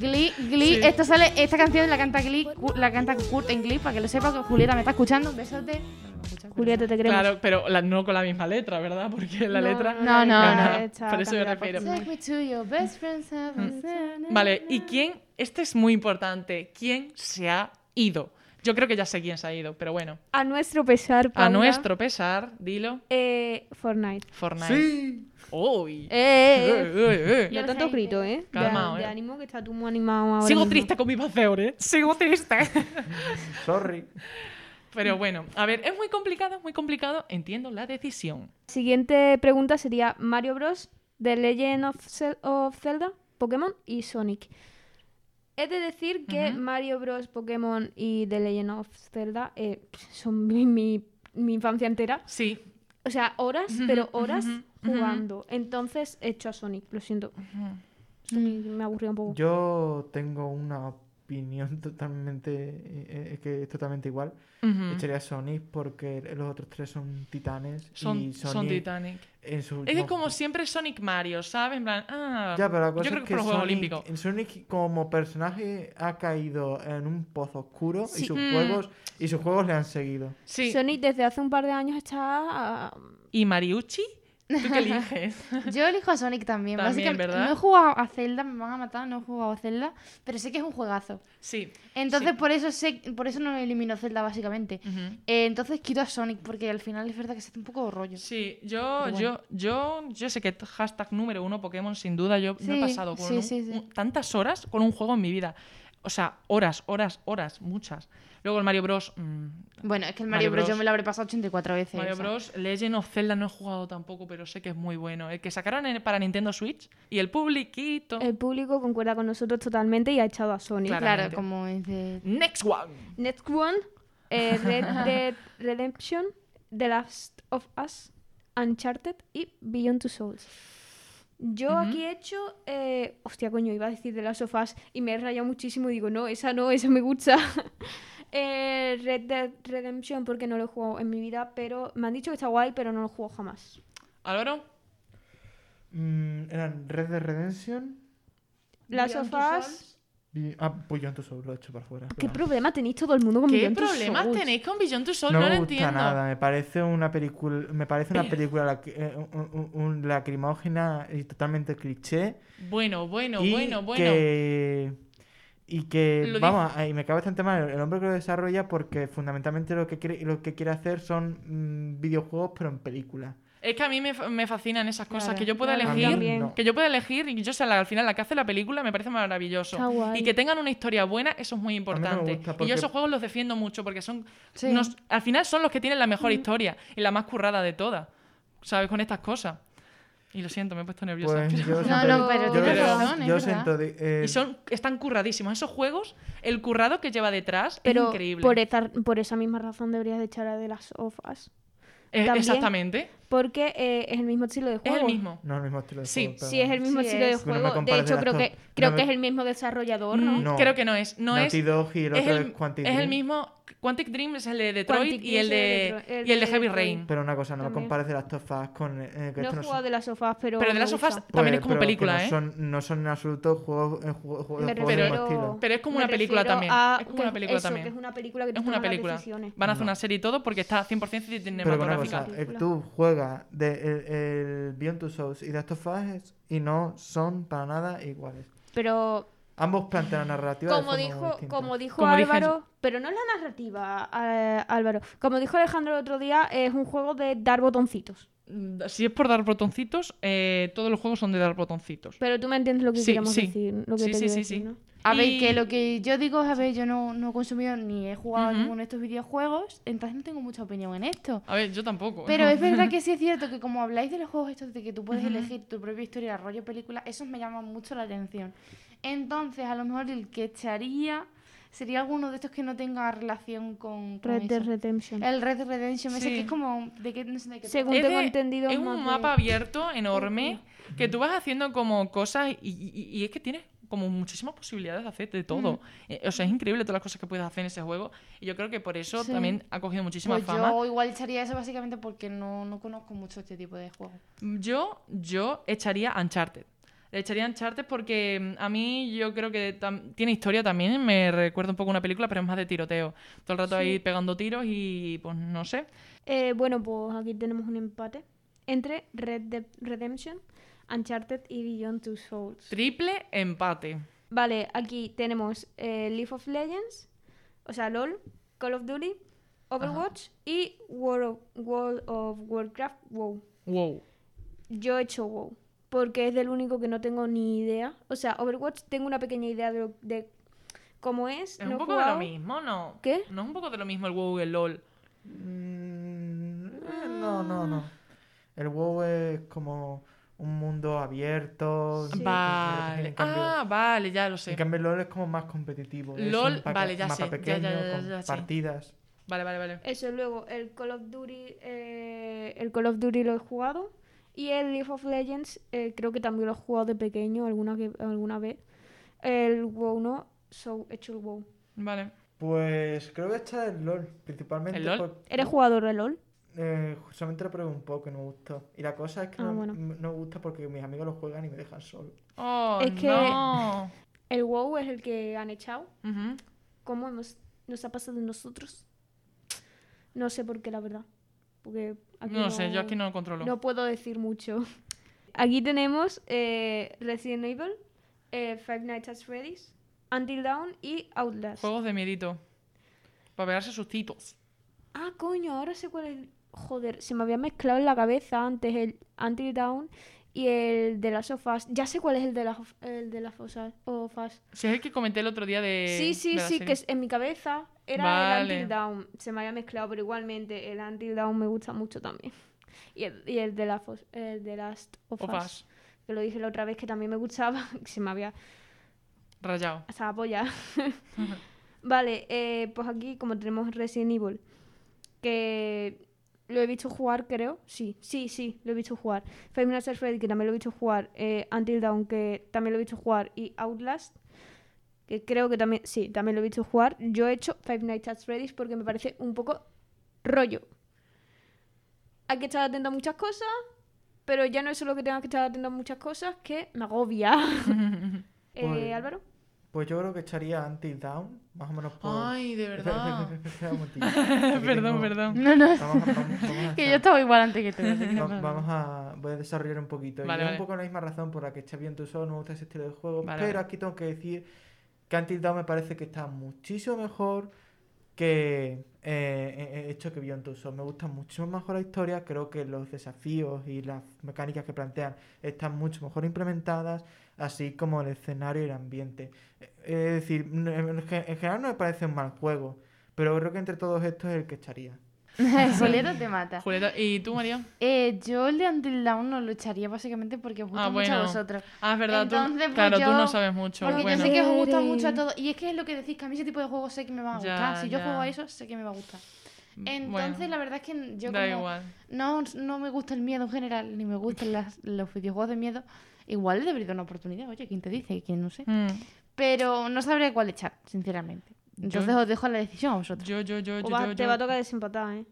Glee, Glee, Sí. esto sale, esta canción la canta Glee, Cu- la canta Kurt en Glee, para que lo sepa que Julieta me está escuchando. Un besote. No, no me escucha, pero- Julieta, te queremos. Claro, pero la- no con la misma letra, ¿verdad? Porque la No, letra... No, no, Ajá, no, está Por eso me cambiada, refiero. Take me to your best friend's house. Mm. Vale, ¿y quién? Este es muy importante. ¿Quién se ha ido? Yo creo que ya sé quién se ha ido, pero bueno. A nuestro pesar, A Paula, nuestro pesar, dilo. Eh, Fortnite. Fortnite. Sí. Uy. Eh, Eh, eh, eh. No tanto grito, ¿eh? Calmao, de, eh. ánimo que está tú muy animado ahora. Sigo mismo. triste con mi paseo, ¿eh? Sigo triste. Sorry. Pero bueno, a ver, es muy complicado, es muy complicado. Entiendo la decisión. Siguiente pregunta sería Mario Bros, The Legend of, Zel- of Zelda, Pokémon y Sonic. He de decir que Ujú. Mario Bros, Pokémon y The Legend of Zelda eh, son mi, mi- mi infancia entera. Sí. O sea, horas, Ujú, pero horas ujú, ujú. jugando. Entonces, he hecho a Sonic, lo siento. Sonic me aburrió un poco. Yo tengo una opinión totalmente. eh, eh, que es totalmente igual. Ujú. Echaría a Sonic porque los otros tres son titanes. y Son, Sonic son Titanic. en su Es que último- como siempre Sonic Mario, ¿sabes? En plan, ah, Pues Ya, pero la cosa yo creo es que que fue un juego Sonic- olímpico. en Sonic como personaje ha caído en un pozo oscuro y Sí. sus Mm. juegos y sus juegos le han seguido. Sí. Sonic desde hace un par de años está... ah, ¿Y Mariucci? ¿Tú qué eliges? Yo elijo a Sonic también. También, básicamente. ¿verdad? No he jugado a Zelda, me van a matar, no he jugado a Zelda, pero sé que es un juegazo. sí. Entonces Sí. por eso sé, por eso no elimino Zelda básicamente. Ujú. Eh, entonces quito a Sonic porque al final es verdad que se hace un poco rollo. Sí, yo, Pero bueno. yo, yo, yo sé que t- hashtag número uno Pokémon, sin duda, yo, yo Sí, he pasado con sí, un- sí, sí. un- tantas horas con un juego en mi vida. O sea, horas, horas, horas, muchas. Luego el Mario Bros. mm, Bueno, es que el Mario Mario, Bros. Bros. yo me lo habré pasado 84 veces. Mario o sea. Bros. Legend of Zelda no he jugado tampoco, pero sé que es muy bueno. El que sacaron en- para Nintendo Switch y el publiquito. El público concuerda con nosotros totalmente y ha echado a Sony. Claro. Claro, claramente. como es de... Next one. Next one, eh, Red Dead Redemption, The Last of Us, Uncharted y Beyond Two Souls. Yo aquí he hecho, eh, hostia coño, iba a decir The Last of Us y me he rayado muchísimo y digo, no, esa no, esa me gusta. Eh, Red Dead Redemption porque no lo he jugado en mi vida, pero me han dicho que está guay, pero no lo juego jamás. Álvaro. Mm, eran Red Dead Redemption. Last of Beyond Two Us, Souls. y- Ah, pues yo antes lo he hecho para afuera. ¿qué Pero- problema tenéis todo el mundo con ¿Qué Beyond Two problemas Souls? tenéis con Beyond Two Souls? No, No, me lo gusta entiendo. nada, me parece una película, me parece una película la- eh, un, un- un lacrimógena y totalmente cliché. Bueno, bueno, y bueno, bueno. Que, y que, Lo vamos, ahí me cabe bastante mal el, el hombre que lo desarrolla porque fundamentalmente lo que quiere, lo que quiere hacer son mm, videojuegos pero en película. Es que a mí me, fa- me fascinan esas cosas. Claro, que yo pueda claro, A mí elegir. también. no. Que yo pueda elegir y yo sea la- al final la que hace la película me parece maravilloso. Está guay. Y que tengan una historia buena, eso es muy importante. gusta Y yo porque- esos juegos los defiendo mucho porque son. Sí. nos- al final son los que tienen la mejor Mm. historia y la más currada de todas. ¿Sabes? Con estas cosas. Y lo siento, me he puesto nerviosa. Pues pero- No, yo siento- no, pero yo tienes lo- razón, es yo verdad. siento de- eh, Y son, están curradísimos. Esos juegos, el currado que lleva detrás es Pero increíble. por esa, por esa misma razón deberías de echar a The Last of Us. Eh, también- Exactamente. Porque eh, es el mismo estilo de Es juego. el mismo. No, el mismo estilo de Sí, juego, pero Sí, es el mismo Sí estilo es. de Pero no me juego. de compares hecho, The creo Last que, of- no creo me- que es el mismo desarrollador, ¿no? Mm, No. Creo que no es. No Naughty es. Dog y el Es otro es el, Quantic es el Dream. mismo. Quantic Dream es el de Detroit Quantic y el Dream es de, el de Detro- el y el de de Heavy Detroit. Rain. Pero una cosa, no También. compares de las tofas con... eh, que No he esto no son- jugado de las sofás, pero. Pero de me las sofás gusta. también es como Pues, pero que película, no ¿eh? Son, no son en absoluto juegos, eh, juegos, juegos Me del mismo refiero- estilo. Pero es como me una película refiero también, a es como una que- película eso, también. que es una película que Es una película. Van a hacer No. una serie y todo porque está 100% Pero una cosa, cinematográfica. eh, tú juegas de el, el Beyond Two Souls y The Last of Us y no son para nada iguales. Pero, Ambos plantean una narrativa de como forma muy dijo, distinta. como dijo Como dije- Álvaro, pero no es la narrativa, eh, Álvaro. Como dijo Alejandro el otro día, es un juego de dar botoncitos. Mm, Si es por dar botoncitos, eh, todos los juegos son de dar botoncitos. Pero tú me entiendes lo que Sí, queríamos sí. decir, lo que Sí, te sí, quiero sí, decir, sí. ¿no? A ver, Y- que lo que yo digo es, a ver, yo no, no he consumido ni he jugado a Ujú. ninguno de estos videojuegos, entonces no tengo mucha opinión en esto. A ver, yo tampoco. ¿eh? Pero ¿no? es verdad que sí es cierto que como habláis de los juegos estos de que tú puedes Ujú. elegir tu propia historia, rollo película, esos me llaman mucho la atención. Entonces, a lo mejor el que echaría sería alguno de estos que no tenga relación con, con Red Dead eso. Redemption. El Red Dead Redemption, ese Sí. que es como de que no sé de qué Según Es, tengo de- entendido, es es más un de- mapa abierto enorme que tú vas haciendo como cosas y, y- y es que tienes como muchísimas posibilidades de hacer de todo. Mm. Eh, O sea, es increíble todas las cosas que puedes hacer en ese juego y yo creo que por eso Sí. también ha cogido muchísima Pues fama. yo igual echaría eso básicamente porque no, no conozco mucho este tipo de juegos. Yo, yo echaría Uncharted. Le echaría Uncharted porque mm, a mí yo creo que tam- tiene historia también. Me recuerda un poco a una película, pero es más de tiroteo. Todo el rato ahí pegando tiros y pues no sé. Eh, bueno, pues aquí tenemos un empate entre Red Dead Redemption, Uncharted y Beyond Two Souls. Triple empate. Vale, aquí tenemos eh, League of Legends, o sea, LOL, Call of Duty, Overwatch y World of, World of Warcraft, WoW. Wow. Yo he hecho WoW, porque es del único que no tengo ni idea. O sea, Overwatch tengo una pequeña idea de, lo- de cómo es. Es no un he poco de jugado. lo mismo, ¿no? ¿Qué? ¿No es un poco de lo mismo el WoW y el LOL? Mm, eh, no, no, Ah. no. El WoW es como un mundo abierto. en- en- Vale. En cambio, ah, vale, ya lo en sé. cambio LOL es como más competitivo. es LOL, un paca- vale, ya mapa sé, ya, ya, pequeño, ya, con ya sé. partidas. Vale, vale, vale. Eso, luego el Call of Duty, eh, el Call of Duty lo he jugado. Y el League of Legends, eh, creo que también lo he jugado de pequeño alguna, que, alguna vez. El WoW no, so, he hecho el WoW. Vale. Pues creo que está el LOL, principalmente. ¿El LOL? por- ¿Eres jugador de LOL? eh, solamente lo probé un poco y no me gustó. Y la cosa es que Ah, no, bueno. no me gusta porque mis amigos lo juegan y me dejan solo. Oh, Es que- no. El WoW es el que han echado. Ujú. ¿Cómo hemos- nos ha pasado a nosotros? No sé por qué, la verdad. Porque aquí No lo sé, yo aquí no lo controlo. No puedo decir mucho. Aquí tenemos eh, Resident Evil, eh, Five Nights at Freddy's, Until Dawn y Outlast. Juegos de miedito. Para pegarse sustitos. Ah, coño, ahora sé cuál es. Joder, se me había mezclado en la cabeza antes el Until Dawn y el de las sofás. Ya sé cuál es el de las el de las fosas o fas. Si es el que comenté el otro día de. sí, sí, Eh, de la sí, serie. que es- en mi cabeza era Vale. el Until Down. Se me había mezclado, pero igualmente el Until Down me gusta mucho también. Y el, y el de la fos- el de Last of O Us, Fast, que lo dije la otra vez que también me gustaba, que se me había Rayado. hasta la polla. pues vale, eh, pues aquí como tenemos Resident Evil, que lo he visto jugar, creo. Sí, sí, sí, lo he visto jugar. Five Nights at Freddy, que también lo he visto jugar. eh, Until Dawn, que también lo he visto jugar. Y Outlast, que creo que también, sí, también lo he visto jugar. Yo he hecho Five Nights at Freddy's porque me parece un poco rollo. Hay que estar atento a muchas cosas, pero ya no es solo que tengas que estar atento a muchas cosas, que me agobia. Eh, Muy bien. Álvaro. Pues yo creo que echaría Until Down, más o menos por... Ay, de Espera, verdad. espera, espera, espera un momentillo, porque perdón, tengo- perdón. No, no. Vamos, a- vamos- vamos a que yo echar- estaba igual antes que tú. así que no, Va- no, no. Vamos a. Voy a desarrollar un poquito. Vale, y es vale. un poco la misma razón por la que está bien tu solo, no me gusta ese estilo de juego. Vale, pero vale. aquí tengo que decir que Until Dawn me parece que está muchísimo mejor que eh, eh, hecho que Beyond Two Souls. Me gusta mucho mejor la historia. Creo que los desafíos y las mecánicas que plantean están mucho mejor implementadas, así como el escenario y el ambiente. Eh, Es decir, en en ge- en general no me parece un mal juego, pero creo que entre todos estos es el que echaría. Julieta te mata. Julieta, ¿y tú, María? Eh, yo el de Until Dawn no lo echaría básicamente porque os gusta Ah, mucho a bueno. vosotros. Ah, es verdad, tú- Entonces, pues claro, tú yo- no sabes mucho. Porque bueno, yo sé que os gusta Eres. mucho a todos. Y es que es lo que decís, que a mí ese tipo de juegos sé que me van a Ya, gustar. Si yo ya. juego a eso, sé que me va a gustar. Entonces, la verdad es que yo da como igual. No, no me gusta el miedo en general, ni me gustan las, los videojuegos de miedo. Igual le debería dar una oportunidad, oye, ¿quién te dice? ¿Quién no sé? Mm. Pero no sabría cuál echar, sinceramente. Entonces os dejo la decisión a vosotros. Yo, yo, yo, yo, O va- yo, te yo. va a tocar desempatar, ¿eh?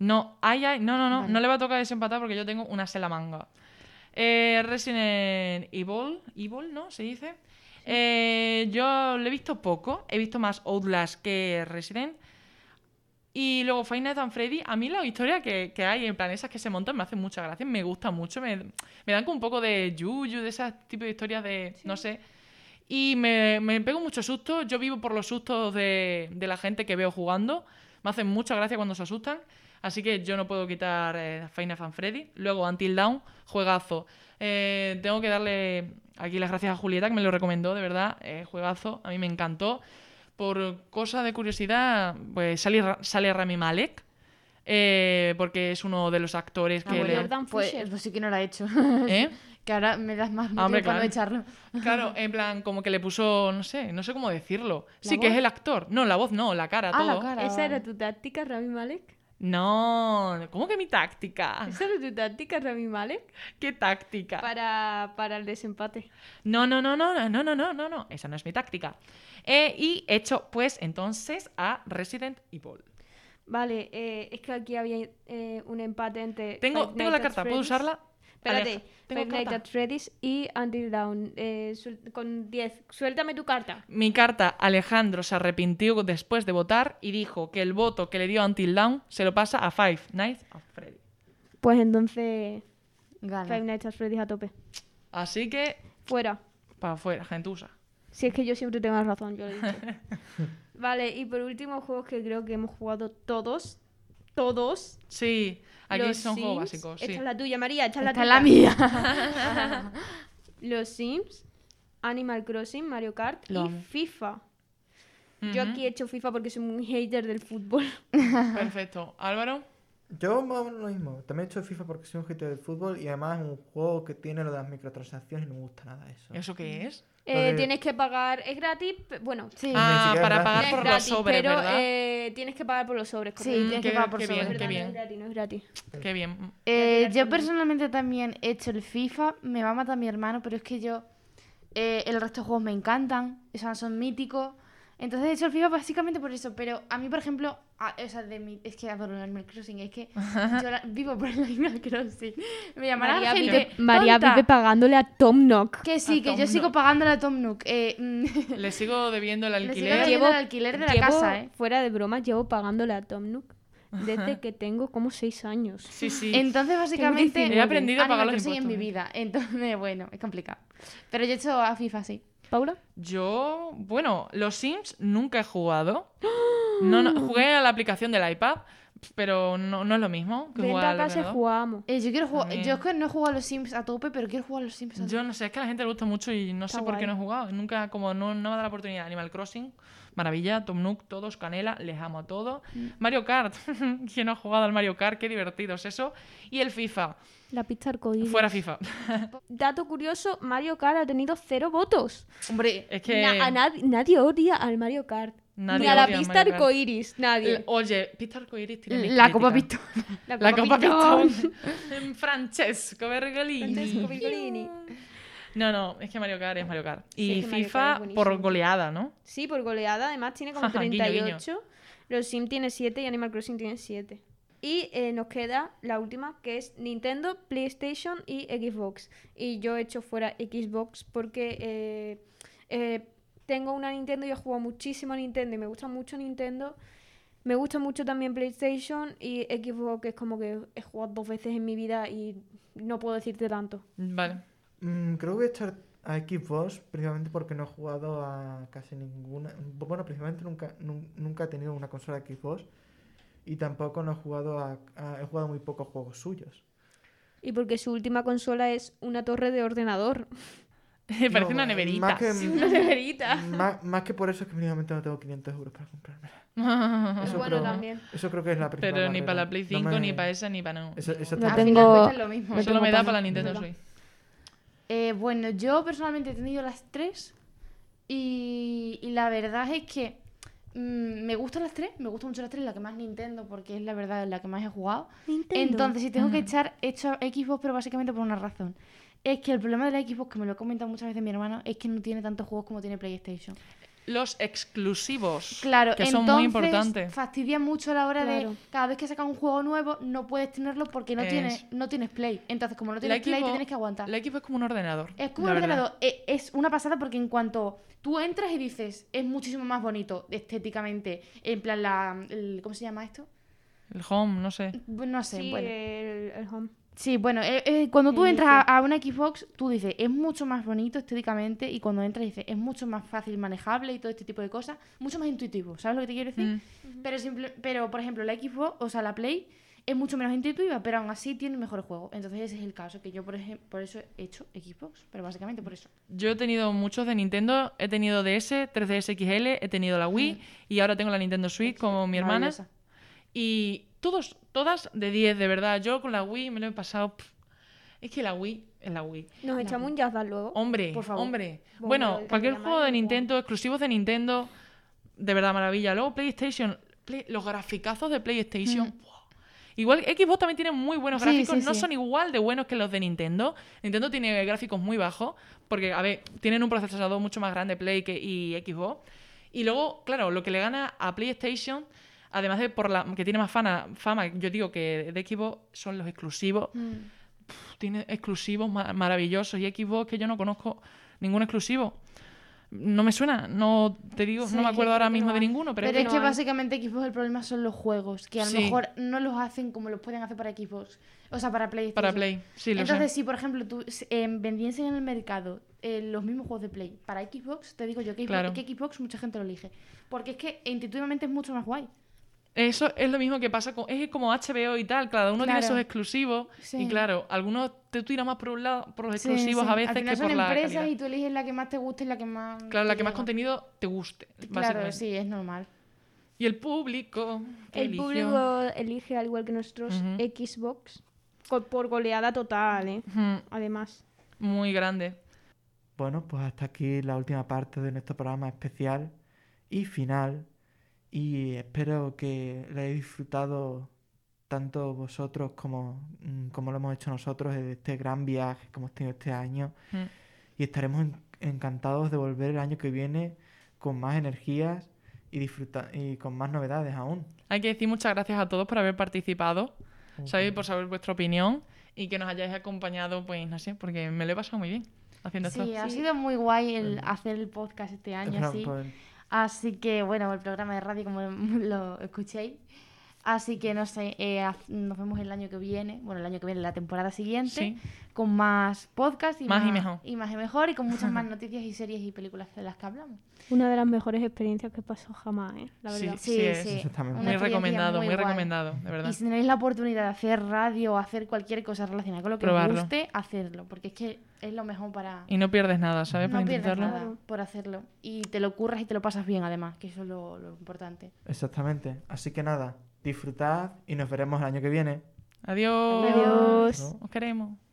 No, ay, ay, no, no, no, Vale. no le va a tocar desempatar porque yo tengo una selamanga. Eh, Resident Evil, Evil, ¿no? Se dice. Eh, yo lo he visto poco, he visto más Outlast que Resident. Y luego Five Nights at Freddy, a mí la historia que, que hay en plan esas que se montan me hacen mucha gracia, me gusta mucho, me, me dan como un poco de yuyu, de esas tipo de historias de, no sé. Y me, me pego mucho susto, yo vivo por los sustos de, de la gente que veo jugando, me hacen mucha gracia cuando se asustan, así que yo no puedo quitar eh, Final Fan Freddy. Luego Until Down, juegazo. Eh, tengo que darle aquí las gracias a Julieta que me lo recomendó, de verdad, eh, juegazo, a mí me encantó. Por cosa de curiosidad, pues sale, Ra- sale Rami Malek, eh, porque es uno de los actores que... bueno, le- Jordan pues, Fisher. pues sí que no lo ha hecho. ¿Eh? que ahora me das más motivo Ah, Hombre, para no claro. echarlo. Claro, en plan, como que le puso, no sé, no sé cómo decirlo. ¿La Sí, que es voz? el actor. No, la voz no, la cara, Ah, todo. la cara. ¿Esa era vale. tu táctica, Rami Malek? No, ¿cómo que mi táctica? ¿Esa era tu táctica, Rami Malek? ¿Qué táctica? Para, para el desempate. No, no, no, no, no, no, no, no, no, no. Esa no es mi táctica. Eh, y hecho, pues, entonces, a Resident Evil. Vale, eh, es que aquí había eh, un empate entre. Tengo, Five tengo la Nights at carta, ¿puedo Freddy's- usarla? Espérate, Aleja, tengo Five Nights carta. at Freddy's y Until Down. eh, suel- con 10. Suéltame tu carta. Mi carta, Alejandro se arrepintió después de votar y dijo que el voto que le dio a Until Down se lo pasa a Five Nights at Freddy. Pues entonces. Five Gana. Nights at Freddy's a tope. Así que, Fuera. para afuera, gentusa. Si es que yo siempre tengo la razón, yo lo he dicho. vale, y por último, juegos que creo que hemos jugado todos. Todos. Sí, aquí Los son juegos Sims. básicos. Esta Sí. es la tuya, María. Esta es la Esta es tuya. la mía. Los Sims, Animal Crossing, Mario Kart Lo y amo. FIFA. Yo Ujú. aquí he hecho FIFA porque soy un hater del fútbol. Perfecto. Álvaro, Yo más o menos lo mismo. También he hecho FIFA porque soy un objeto del fútbol y además es un juego que tiene lo de las microtransacciones y no me gusta nada eso. ¿eso qué es? Eh, de- tienes que pagar, es gratis, pe- bueno, Sí, Ah, siquiera para es pagar gratis. es por los gratis, sobres, pero ¿verdad? eh, tienes que pagar por los sobres. sí, correcto. Mm, tienes qué- que pagar por qué bien, Es sobre. verdad, qué bien. No es gratis, no es gratis. Qué bien. Eh, Voy a tirar yo por- personalmente también he hecho el FIFA, me va a matar mi hermano, pero es que yo eh, el resto de juegos me encantan, o sea, son míticos. Entonces he hecho el FIFA básicamente por eso, pero a mí, por ejemplo, a- o sea, de mi- es que adoro el Animal Crossing, es que yo la- vivo por el Animal Crossing. Me llamará María, gente vive, María tonta. vive pagándole a Tom Nook. Que a sí, que Tom yo sigo Nook. pagándole a Tom Nook. Eh, mm, Le sigo debiendo el le sigo alquiler. debiendo el alquiler de la llevo- casa, ¿eh? Fuera de broma, llevo pagándole a Tom Nook desde que tengo como seis años. Sí, sí. Entonces, básicamente, 19. He aprendido a Animal pagar los Crossing en mi impuestos, ¿eh? vida. Entonces, bueno, es complicado. Pero yo he hecho a FIFA, sí. Paula, Yo, bueno, los Sims nunca he jugado. No, no, jugué a la aplicación del iPad, Pero no, no es lo mismo que Vente jugar a al casa y ordenador. jugamos. Eh, yo quiero jugar. También. Yo es que no he jugado a los Sims a tope, pero quiero jugar a los Sims a tope. Yo no sé, es que a la gente le gusta mucho y no Está sé por qué no guay. he jugado. Nunca, como no, no me ha dado la oportunidad. Animal Crossing, maravilla, Tom Nook, todos, Canela, les amo a todos. Mm. Mario Kart, ¿quién no ha jugado al Mario Kart? Qué divertido es eso. Y el FIFA, La pista arcoíris. fuera FIFA. Dato curioso, Mario Kart ha tenido cero votos. Hombre, Es que Na- a nadie, nadie odia al Mario Kart. Nadie Ni a la odia al pista Mario Kart. arcoíris, nadie. l- oye, pista arcoíris tiene mis la copa críticas. pistón. La copa Pistón. pistón. En Francesco Bergolini. Francesco Bergolini. No, no, es que Mario Kart es Mario Kart. Sí, Y es que Mario FIFA Kart es por buenísimo. goleada, ¿no? Sí, por goleada. Además tiene como Ajá, guiño, 38. guiño. Los Sims tiene 7 y Animal Crossing tiene 7. Y eh, nos queda la última, que es Nintendo, PlayStation y Xbox. Y yo he hecho fuera Xbox porque eh, eh, tengo una Nintendo y he jugado muchísimo a Nintendo y me gusta mucho Nintendo. Me gusta mucho también PlayStation y Xbox es como que he jugado dos veces en mi vida y no puedo decirte tanto. Vale. Mm, creo que voy a echar a Xbox precisamente porque no he jugado a casi ninguna. Bueno, precisamente nunca, nun- nunca he tenido una consola de Xbox y tampoco no he jugado a, a- He jugado muy pocos juegos suyos. Y porque su última consola es una torre de ordenador. Parece No, una más neverita. que- Sí. Una neverita. Má- más que por eso es que mínimamente no tengo 500 euros para comprarme. Ah, Eso bueno, creo, también. Eso creo que es la principal Pero ni barrera. para la Play No 5, me- ni para esa, ni para no. Eso- eso No tampoco. tengo- lo mismo. no Solo me tengo da pana. para la Nintendo No. Switch. Eh, bueno, yo personalmente he tenido las tres y, y la verdad es que mm, me gustan las tres, me gustan mucho las tres, la que más Nintendo porque es la verdad la que más he jugado. Entonces, si tengo que Ujú. echar, he hecho a Xbox, pero básicamente por una razón. Es que el problema de la Xbox, que me lo ha comentado muchas veces mi hermano, es que no tiene tantos juegos como tiene PlayStation. Los exclusivos. Claro, Que entonces son muy importantes. fastidia mucho a la hora Claro. de cada vez que saca un juego nuevo no puedes tenerlo porque no Es. tienes no tienes Play. Entonces, como no tienes Play, te tienes que aguantar. La Xbox es como un ordenador. Es como la un verdad. ordenador. e- Es una pasada porque en cuanto tú entras y dices, es muchísimo más bonito estéticamente. En plan, la, el- ¿cómo se llama esto? El home, no sé. No sé. Sí, bueno. el, el home. Sí, bueno, eh, eh, cuando tú el entras a, a una Xbox, tú dices, es mucho más bonito estéticamente. Y cuando entras, dices, es mucho más fácil manejable y todo este tipo de cosas. Mucho más intuitivo. ¿Sabes lo que te quiero decir? Mm. Pero, simple- pero, por ejemplo, la Xbox, o sea, la Play, es mucho menos intuitiva, pero aún así tiene mejor juego. Entonces, ese es el caso que yo, por, ejem- por eso, he hecho Xbox. Pero básicamente por eso. Yo he tenido muchos de Nintendo. He tenido DS, 3DS XL, he tenido la Wii y ahora tengo la Nintendo Switch como mi hermana. Maravillosa. Y todos, todas de 10, de verdad. Yo con la Wii me lo he pasado. pff. Es que la Wii es la Wii. Nos echamos un jazz luego. Hombre, Por favor. hombre. Bueno, Bueno, el que cualquier me juego llamáis, de igual. Nintendo, exclusivos de Nintendo, de verdad maravilla. Luego PlayStation, Play- los graficazos de PlayStation. ¡buah! Igual Xbox también tiene muy buenos Mm. Sí, gráficos, sí, no sí. son igual de buenos que los de Nintendo. Nintendo tiene gráficos muy bajos, porque, a ver, tienen un procesador mucho más grande Play que, y Xbox. Y luego, claro, lo que le gana a PlayStation, además de por la que tiene más fama, fama yo digo que de Xbox son los exclusivos, Mm. tiene exclusivos ma- maravillosos y Xbox que yo no conozco ningún exclusivo. No me suena, no te digo, Sí, no me es acuerdo que ahora creo que mismo no de hay. ninguno, pero, Pero, es es que no hay. básicamente Xbox el problema son los juegos, que a lo Sí. mejor no los hacen como los pueden hacer para Xbox, o sea, para PlayStation. que para Play. Sí, lo sé. Entonces, si por ejemplo tú si, eh, vendiesen en el mercado eh, los mismos juegos de Play para Xbox, te digo yo que Xbox, Claro. que Xbox mucha gente lo elige. Porque es que intuitivamente es mucho más guay. Eso es lo mismo que pasa con. Es como HBO y tal, cada uno tiene Claro. sus exclusivos. Y Sí. claro, algunos te tiran más por un lado, por los Sí, exclusivos sí. a Al veces final que por son la. empresas calidad. y tú eliges la que más te gusta y la que más. Claro, la te que más llega. contenido te guste. Claro, básicamente. sí, es normal. Y el público. que El eligió. público elige, al igual que nosotros, Ujú. Xbox. co- Por goleada total, ¿eh? Ujú, Además. Muy grande. Bueno, pues hasta aquí la última parte de nuestro programa especial y final. Y espero que lo hayáis disfrutado tanto vosotros como, mm, como lo hemos hecho nosotros de este gran viaje que hemos tenido este año. Mm. Y estaremos en- encantados de volver el año que viene con más energías y, disfruta y con más novedades aún. Hay que decir muchas gracias a todos por haber participado, ¿sabéis? Por saber vuestra opinión y que nos hayáis acompañado, pues no sé, porque me lo he pasado muy bien haciendo Sí, esto. ha Sí. sido muy guay el Eh, hacer el podcast este año Espera, así. pues, Así que bueno, el programa de radio, como lo escuchéis, Así que no sé, eh, haz- nos vemos el año que viene, bueno, el año que viene, la temporada siguiente, Sí. con más podcast y Más y mejor. y más y mejor y con muchas más noticias y series y películas de las que hablamos. Una de las mejores experiencias que pasó jamás, ¿eh? La Sí. verdad. es. Eso está muy una guay. Muy experiencia recomendado, muy, guay. recomendado, de verdad. Y si tenéis la oportunidad de hacer radio o hacer cualquier cosa relacionada con lo que Probarlo. os guste, hacerlo, porque es que es lo mejor para Y no pierdes nada, ¿sabes? no Para pierdes intentarlo. nada por hacerlo y te lo curras y te lo pasas bien además, que eso es lo, lo importante. Exactamente. Así que nada, disfrutad y nos veremos el año que viene. Adiós. Adiós. Os queremos.